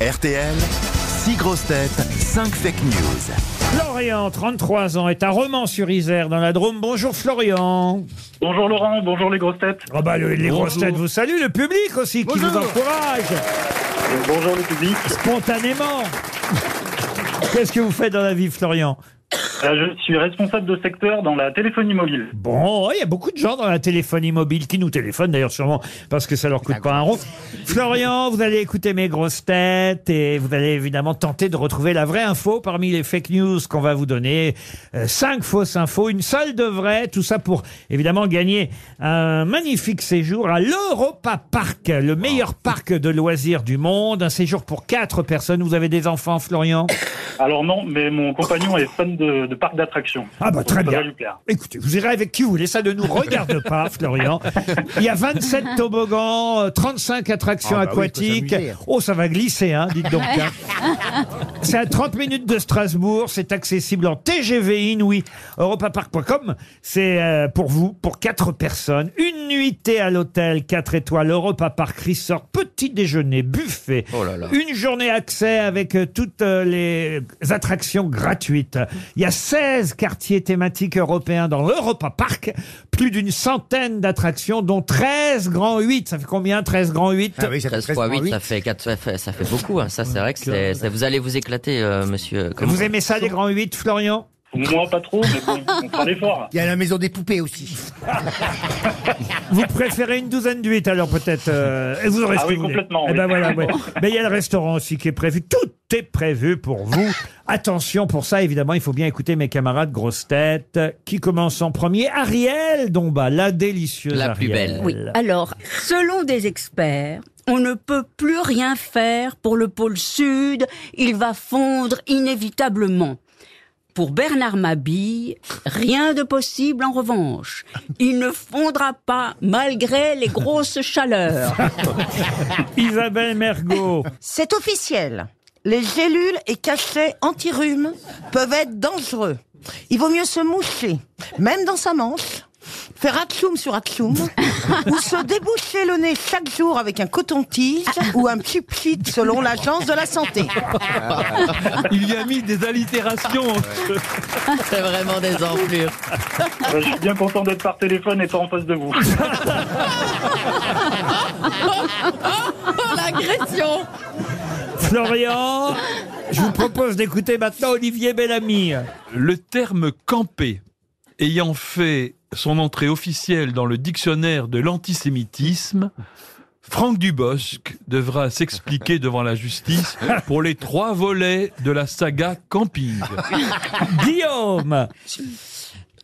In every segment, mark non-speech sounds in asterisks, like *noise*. RTL, 6 grosses têtes, 5 fake news. Florian, 33 ans, est à Romans-sur-Isère, dans la Drôme. Bonjour Florian. Bonjour Laurent, bonjour les grosses têtes. Oh bah, le- les grosses Bonjour. têtes vous saluent, le public aussi qui vous encourage Euh, Bonjour le public. spontanément. Qu'est-ce que vous faites dans la vie, Florian Euh, Je suis responsable de secteur dans la téléphonie mobile. Bon, il y a beaucoup de gens dans la téléphonie mobile qui nous téléphonent d'ailleurs sûrement parce que ça leur coûte pas un rond. Florian, vous allez écouter mes grosses têtes et vous allez évidemment tenter de retrouver la vraie info parmi les fake news qu'on va vous donner. Euh, cinq fausses infos, une seule de vraie, tout ça pour évidemment gagner un magnifique séjour à l'Europa Park, le meilleur parc de loisirs du monde. Un séjour pour quatre personnes. Vous avez des enfants, Florian Alors non, mais mon compagnon est fan de, de parcs d'attractions. Ah bah, Donc, très ça bien. va lui plaire. Écoutez, vous irez avec qui vous voulez, ça ne nous *laughs* regarde pas, Florian. Il y a 27 toboggans, euh, 35 attractions Ah bah oui, faut aquatiques. s'amuser. oh, ça va glisser, hein, dites donc. hein. *laughs* C'est à 30 minutes de Strasbourg, c'est accessible en TGV Inouï. Europapark.com, c'est euh, pour vous, pour quatre personnes. Une nuitée à l'hôtel 4 étoiles, Europa Park Resort, petit déjeuner, buffet. Oh Une journée accès avec euh, toutes euh, les attractions gratuites. Il y a 16 quartiers thématiques européens dans l'Europa Park, plus d'une centaine d'attractions, dont 13 grands 8. Ça fait combien 13 grands 8 Ah oui, ça fait 13 13 fois fois 8, huit. ça fait, quatre- ça fait, ça fait beaucoup. hein. Ça, c'est vrai que c'est- c'est- vous allez vous éclater, euh, monsieur. Comment- Vous aimez ça, les grands 8, Florian Moi pas trop, mais bon, on fera *laughs* l'effort. Il y a la maison des poupées *laughs* aussi. Vous préférez une douzaine d'huit alors peut-être euh, et vous aurez ce Ah que oui, vous voulez. complètement, Eh ben oui. voilà, ouais. Mais il y a le restaurant aussi qui est prévu. Tout est prévu pour vous. Attention pour ça évidemment, il faut bien écouter mes camarades grosses têtes qui commencent en premier. Ariel Domba, la délicieuse La plus Ariel. belle. Oui. Alors, selon des experts, on ne peut plus rien faire pour le pôle Sud. Il va fondre inévitablement. Pour Bernard Mabille, rien de possible en revanche. Il ne fondra pas malgré les grosses chaleurs. Isabelle Mergot. C'est officiel. Les gélules et cachets anti-rhume peuvent être dangereux. Il vaut mieux se moucher, même dans sa manche, faire atchoum sur atchoum, ou se déboucher le nez chaque jour avec un coton-tige ou un pchit selon l'agence de la santé. Il y a mis des allitérations. c'est vraiment des enflures. Euh, Je suis bien content d'être par téléphone et pas en face de vous. L'agression Florian, je vous propose d'écouter maintenant Olivier Bellamy. Le terme camper ayant fait son entrée officielle dans le dictionnaire de l'antisémitisme, Franck Dubosc devra s'expliquer devant la justice pour les trois volets de la saga Camping. Guillaume,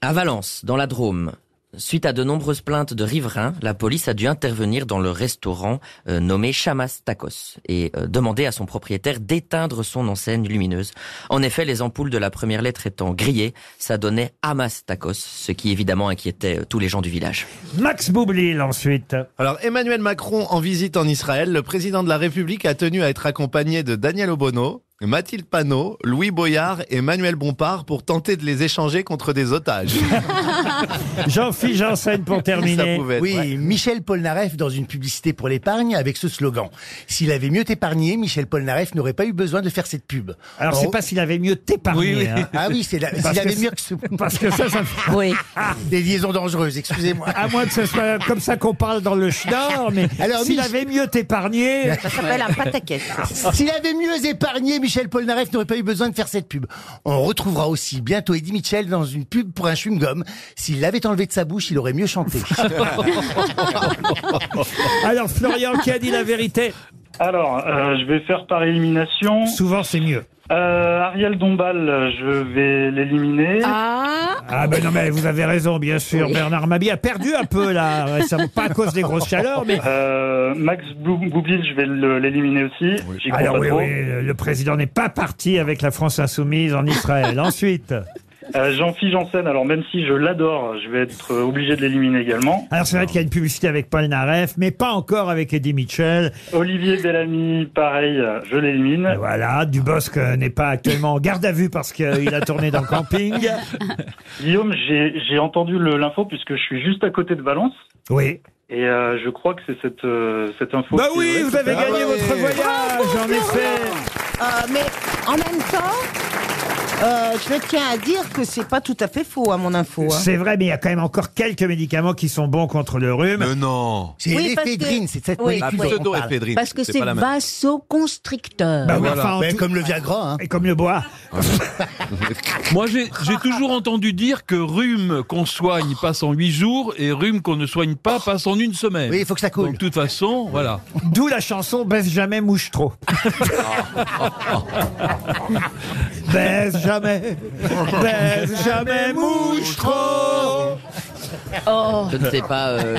À Valence, dans la Drôme, suite à de nombreuses plaintes de riverains, la police a dû intervenir dans le restaurant euh, nommé Chamas Tacos et euh, demander à son propriétaire d'éteindre son enseigne lumineuse. En effet, les ampoules de la première lettre étant grillées, ça donnait Hamas Tacos, ce qui évidemment inquiétait euh, tous les gens du village. Max Boublil ensuite. Alors Emmanuel Macron en visite en Israël, le président de la République a tenu à être accompagné de Daniel Obono, Mathilde Panot, Louis Boyard et Manuel Bompard pour tenter de les échanger contre des otages. Jean-Philippe Janssen pour Ça terminer. pouvait être, *laughs* Oui, ouais. Michel Polnareff dans une publicité pour l'épargne avec ce slogan. S'il avait mieux épargné, Michel Polnareff n'aurait pas eu besoin de faire cette pub. Alors, c'est En- pas s'il avait mieux t'épargner. Oui, oui. hein. Ah Oh. oui, *laughs* c'est la- s'il que avait c'est- mieux que ce- *laughs* Parce que ça, ça fait- Oui. des liaisons dangereuses, excusez-moi. À moins que ce soit comme ça qu'on parle dans le schnorr, mais Alors, s'il Mich- avait mieux *laughs* t'épargné. Ça s'appelle un pataquès. S'il avait mieux épargné, Michel Polnareff n'aurait pas eu besoin de faire cette pub. On retrouvera aussi bientôt Eddie Mitchell dans une pub pour un chewing-gum. S'il l'avait enlevé de sa bouche, il aurait mieux *laughs* chanté. Alors, Florian qui a dit la vérité, Alors, euh, je vais faire par élimination. souvent c'est mieux. Euh, Ariel Dombal, euh, je vais l'éliminer. Ah Ah ben non, mais vous avez raison, bien sûr. Bernard Mabie a perdu un peu là, récemment. pas à cause des grosses chaleurs, mais. Euh, Max Blou- Boublil, je vais le- l'éliminer aussi. J'y crois Alors pas oui, trop. oui, le président n'est pas parti avec la France insoumise en *laughs* Israël. Ensuite, Euh, Jean-Philippe Janssen, alors même si je l'adore, je vais être euh, obligé de l'éliminer également. alors c'est vrai qu'il y a une publicité avec Paul Naref, mais pas encore avec Eddie Mitchell. Olivier Bellamy, pareil, euh, je Et l'élimine. Voilà, Dubosc euh, n'est pas actuellement en garde à vue parce qu'il a tourné dans le camping. Guillaume, j'ai j'ai entendu le- l'info puisque je suis juste à côté de Valence. Oui. Et euh, je crois que c'est cette, euh, cette info. Bah qui- oui, ouais, vous c'est avez ça. gagné ouais. votre voyage, en effet. Euh, mais en même temps, euh, je tiens à dire que c'est pas tout à fait faux à mon info. hein. C'est vrai, mais il y a quand même encore quelques médicaments qui sont bons contre le rhume. Mais non C'est Oui, parce l'éphédrine, que- c'est de cette oui, Bah, La molécule oui. dont on parle. pseudo-éphédrine, Parce que c'est pas la même. vasoconstricteur. Bah oui, voilà. enfin, en Mais tout- comme le Viagra, hein. Et comme le bois. Moi, j'ai j'ai toujours entendu dire que rhume qu'on soigne passe en huit jours et rhume qu'on ne soigne pas passe en une semaine. Oui, il faut que ça Donc, coule. de toute façon, voilà. D'où la chanson Baisse jamais mouche trop. Baisse jamais, baisse jamais mouche trop. Oh. Je ne sais pas. *laughs* euh,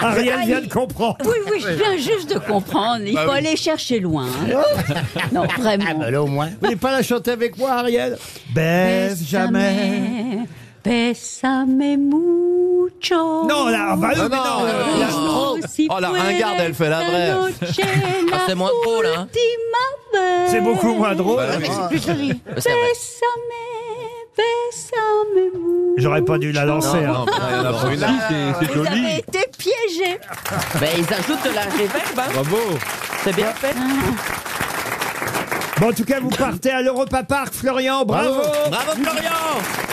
Ariel vient de comprendre. Oui, oui, je viens juste de comprendre. Il faut aller chercher loin. hein. Non, vraiment. Bah là, au moins. Vous voulez pas la chanter avec moi, Ariel Baisse jamais. Bésame mucho. Non, là, bah, Ah non, mais non, non, euh, la- Como si oh, la ringarde, elle fait la vraie. *laughs* fuera esta noche Ah, c'est la moins drôle, hein. última vez. c'est beaucoup moins drôle. Bah oui. c'est vrai. Bésame, bésame mucho. J'aurais pas dû la lancer. hein. Non, bah, il y en a pas une là. Si, c'est- c'est Vous joli. avez été piégé. Mais ils ajoutent de la réverb, hein. Bravo. C'est bien fait. Bon, en tout cas, vous partez à l'Europa Park, Florian. Bravo. Bravo, Florian.